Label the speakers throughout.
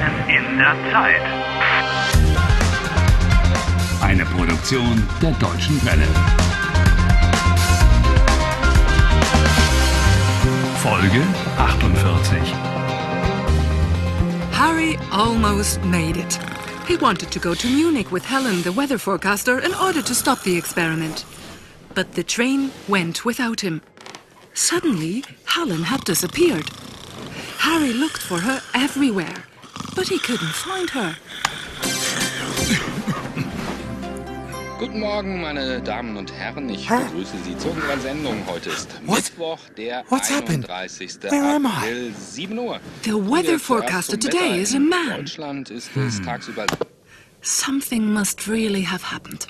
Speaker 1: der Zeit.
Speaker 2: Eine Produktion der Deutschen Welle. Folge 48.
Speaker 3: Harry almost made it. He wanted to go to Munich with Helen, the weather forecaster, in order to stop the experiment. But the train went without him. Suddenly, Helen had disappeared. Harry looked for her everywhere, but he couldn't find her.
Speaker 4: Guten Morgen, meine Damen und Herren. Ich begrüße Sie zu unserer Sendung. Heute ist Mittwoch, der
Speaker 5: What's happened?
Speaker 4: 31.
Speaker 5: Where am I?
Speaker 4: April, 7 Uhr.
Speaker 3: The
Speaker 4: Und
Speaker 3: weather
Speaker 4: jetzt zuerst
Speaker 3: forecaster
Speaker 4: zum
Speaker 3: today
Speaker 4: Wetter.
Speaker 3: is a
Speaker 4: In
Speaker 3: man. Hmm.
Speaker 4: Deutschland ist es tagsüber
Speaker 3: Something must really have happened.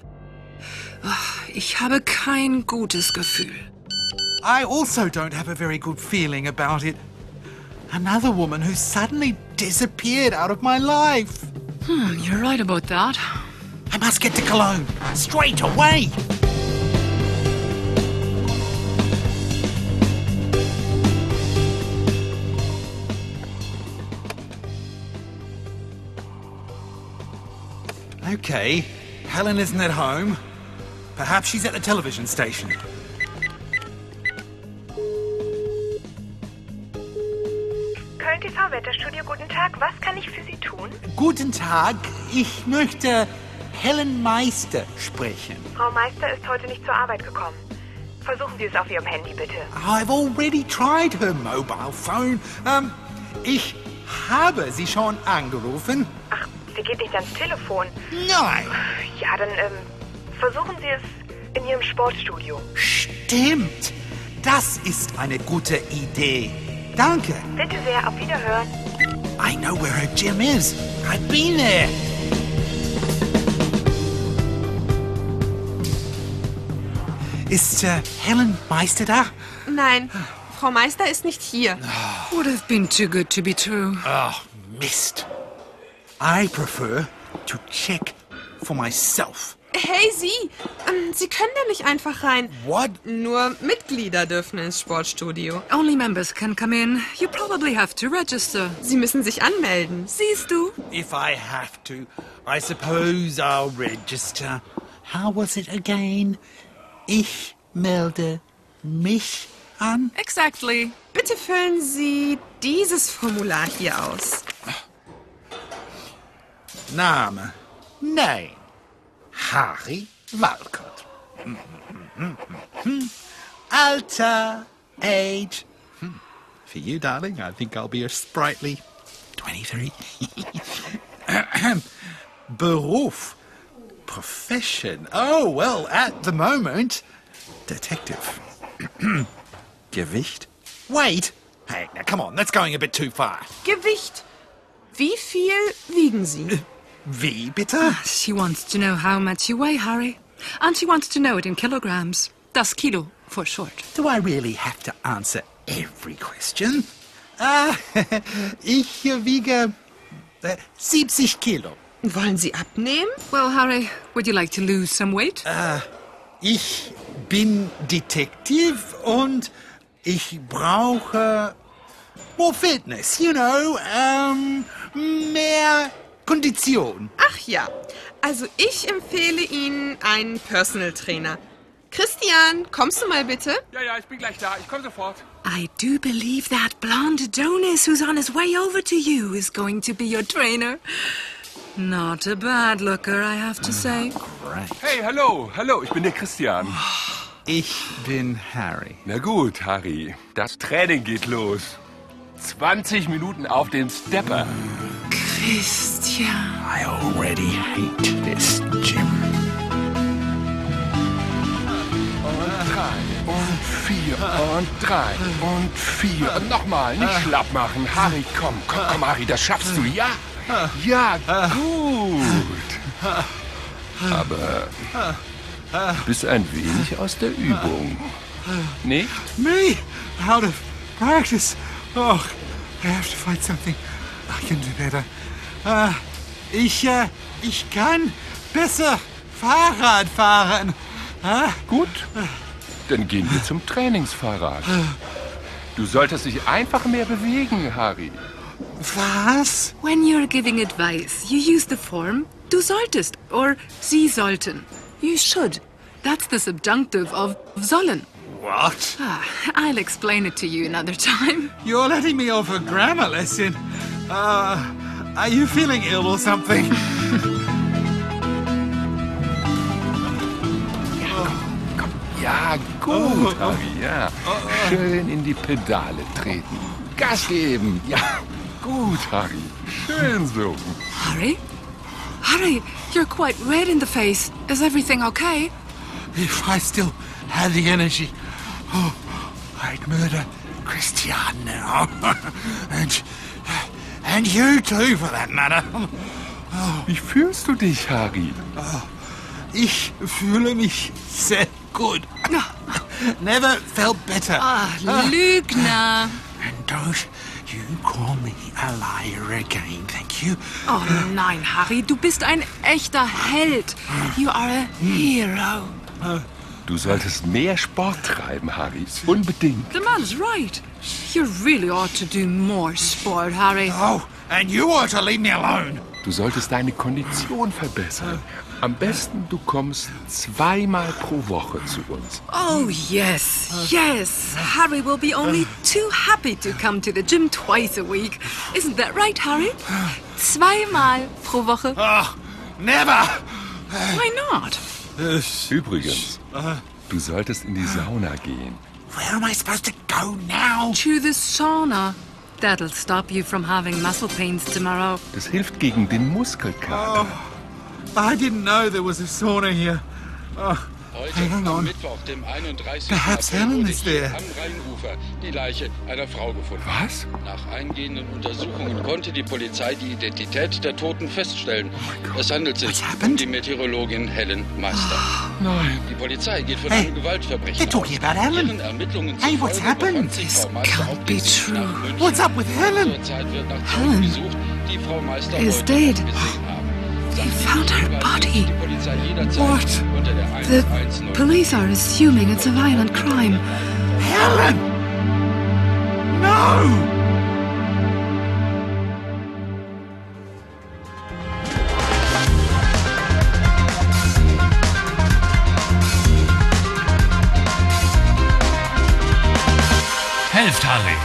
Speaker 3: Ah, Ich habe kein gutes Gefühl.
Speaker 5: I also don't have a very good feeling about it. Another woman who suddenly disappeared out of my life.
Speaker 3: Hmm, you're right about that.
Speaker 5: I must get to Cologne straight away. Okay, Helen isn't at home. Perhaps she's at the television station.
Speaker 6: Köln TV Wetterstudio, guten Tag. Was kann ich für Sie tun?
Speaker 5: Guten Tag, ich möchte Helen Meister sprechen.
Speaker 6: Frau Meister ist heute nicht zur Arbeit gekommen. Versuchen Sie es auf Ihrem Handy bitte.
Speaker 5: I've already tried her mobile phone. Ähm, ich habe sie schon angerufen.
Speaker 6: Ach, sie geht nicht ans Telefon.
Speaker 5: Nein,
Speaker 6: Ja, dann ähm, versuchen Sie es in Ihrem Sportstudio.
Speaker 5: stimmt. Das ist eine gute Idee. Danke.
Speaker 6: Bitte sehr, auf Wiederhören.
Speaker 5: I know where her gym is. I've been there. Ist äh, Helen Meister da?
Speaker 7: Nein, Frau Meister ist nicht hier.
Speaker 3: Would have been too good to be true.
Speaker 5: Oh, missed. I prefer to check for myself.
Speaker 7: Hey, Sie! Ähm, Sie können da nicht einfach rein.
Speaker 5: What?
Speaker 7: Nur Mitglieder dürfen ins Sportstudio.
Speaker 3: Only members can come in. You probably have to register.
Speaker 7: Sie müssen sich anmelden.
Speaker 3: Siehst du?
Speaker 5: If I have to, I suppose I'll register. How was it again? Ich melde mich an.
Speaker 3: Exactly.
Speaker 7: Bitte füllen Sie dieses Formular hier aus.
Speaker 5: Name. Name. Harry Walcott. Alter. Age. Hmm. For you, darling, I think I'll be a sprightly 23. Ahem. Beruf. Profession. Oh, well, at the moment, detective. Gewicht. Wait. Hey, now come on, that's going a bit too far.
Speaker 7: Gewicht. Wie viel wiegen Sie?
Speaker 5: Wie bitte?
Speaker 3: She wants to know how much you weigh, Harry. And she wants to know it in kilograms. Das Kilo, for short.
Speaker 5: Do I really have to answer every question? Ah, ich wiege äh, 70 Kilo.
Speaker 7: Wollen Sie abnehmen?
Speaker 3: Well, Harry, would you like to lose some weight?
Speaker 5: Ich bin Detektiv und ich brauche more Fitness, you know, ähm, mehr Kondition.
Speaker 7: Ach ja. Also ich empfehle Ihnen einen Personal Trainer. Christian, kommst du mal bitte?
Speaker 8: Ja, ja, ich bin gleich da. Ich komme sofort.
Speaker 3: I do believe that blonde Adonis who's on his way over to you is going to be your trainer. Not a bad looker, I have to say.
Speaker 8: Hey, hallo, hallo, ich bin der Christian.
Speaker 5: Ich bin Harry.
Speaker 8: Na gut, Harry, das Training geht los. 20 Minuten auf dem Stepper.
Speaker 3: Christian.
Speaker 5: I already hate this gym.
Speaker 8: Drei und vier und drei und vier. Und nochmal, nicht schlapp machen. Harry, komm, komm, komm, Harry, das schaffst du, ja? Ja, gut. Aber du bist ein wenig aus der Übung. Nicht?
Speaker 5: Me? Out of practice? Oh, I have to find something I can do better. Uh, ich, äh, ich kann besser Fahrrad fahren. Ah,
Speaker 8: Gut, dann gehen wir zum Trainingsfahrrad. Du solltest dich einfach mehr bewegen, Harry.
Speaker 5: Was?
Speaker 3: When you're giving advice, you use the form du solltest or sie sollten. You should. That's the subjunctive of sollen.
Speaker 5: What?
Speaker 3: Ah, I'll explain it to you another time.
Speaker 5: You're letting me off a grammar lesson. Uh, are you feeling ill or something?
Speaker 8: Ja, gut, Harry, ja. Schön in die Pedale treten. Gas geben. Ja, gut, Harry. Schön so.
Speaker 3: Harry? Harry, you're quite red in the face. Is everything okay?
Speaker 5: if I still had the energy, oh, I'd murder Christian now. and, and you too, for that matter.
Speaker 8: Wie fühlst du dich, Harry?
Speaker 5: Ich fühle mich sehr gut. Never felt better.
Speaker 3: Ah, Lügner.
Speaker 5: And don't you call me a liar again, thank you.
Speaker 3: Oh nein, Harry, du bist ein echter Held. You are a hero.
Speaker 8: Du solltest mehr Sport treiben, Harry. Unbedingt.
Speaker 3: The man's right. You really ought to do more sport, Harry.
Speaker 5: Oh, and you ought to leave me alone.
Speaker 8: Du solltest deine Kondition verbessern. Am besten, du kommst zweimal pro Woche zu uns.
Speaker 3: Oh, yes, yes. Harry will be only too happy to come to the gym twice a week. Isn't that right, Harry? Zweimal pro Woche.
Speaker 5: Oh, never.
Speaker 3: Why not?
Speaker 8: Übrigens, du solltest in die Sauna gehen.
Speaker 5: Where am I supposed to go now?
Speaker 3: To the sauna. That'll stop you from having muscle pains tomorrow.
Speaker 8: Das hilft gegen den Muskelkater.
Speaker 5: I didn't know there was a sauna here. Ah.
Speaker 4: Heute,
Speaker 5: Hang on.
Speaker 4: am Mittwoch, dem 31.
Speaker 5: Perhaps
Speaker 4: April,
Speaker 5: Helen
Speaker 4: wurde
Speaker 5: is
Speaker 4: hier
Speaker 5: there.
Speaker 4: am Rheinufer die Leiche einer Frau gefunden.
Speaker 8: Was?
Speaker 4: Nach eingehenden Untersuchungen konnte die Polizei die Identität der Toten feststellen. es handelt sich um
Speaker 5: happened?
Speaker 4: die Meteorologin Helen Meister.
Speaker 8: Nein.
Speaker 4: Die Polizei geht von
Speaker 5: Hey,
Speaker 4: einem Gewaltverbrechen
Speaker 5: they're talking
Speaker 4: aus.
Speaker 5: about Helen.
Speaker 4: Ihren Ermittlungen
Speaker 5: Hey, what's
Speaker 4: zufolge befand
Speaker 5: happened?
Speaker 4: sich
Speaker 3: This
Speaker 4: Frau Meister
Speaker 3: can't
Speaker 4: auf
Speaker 3: be
Speaker 4: dem Weg
Speaker 3: true.
Speaker 4: nach München.
Speaker 5: What's up with Helen?
Speaker 4: Zurzeit wird nach
Speaker 3: Helen
Speaker 4: Helen gesucht, die Frau Meister
Speaker 3: is
Speaker 4: heute
Speaker 3: dead.
Speaker 4: gesehen haben.
Speaker 3: They found her body.
Speaker 4: Die Polizei jederzeit
Speaker 5: What?
Speaker 4: unter der
Speaker 3: The
Speaker 4: 110
Speaker 3: police are assuming it's a violent crime.
Speaker 5: Helen! No!
Speaker 2: Helft Harry.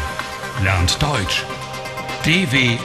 Speaker 2: Lernt Deutsch. dw.com/harry.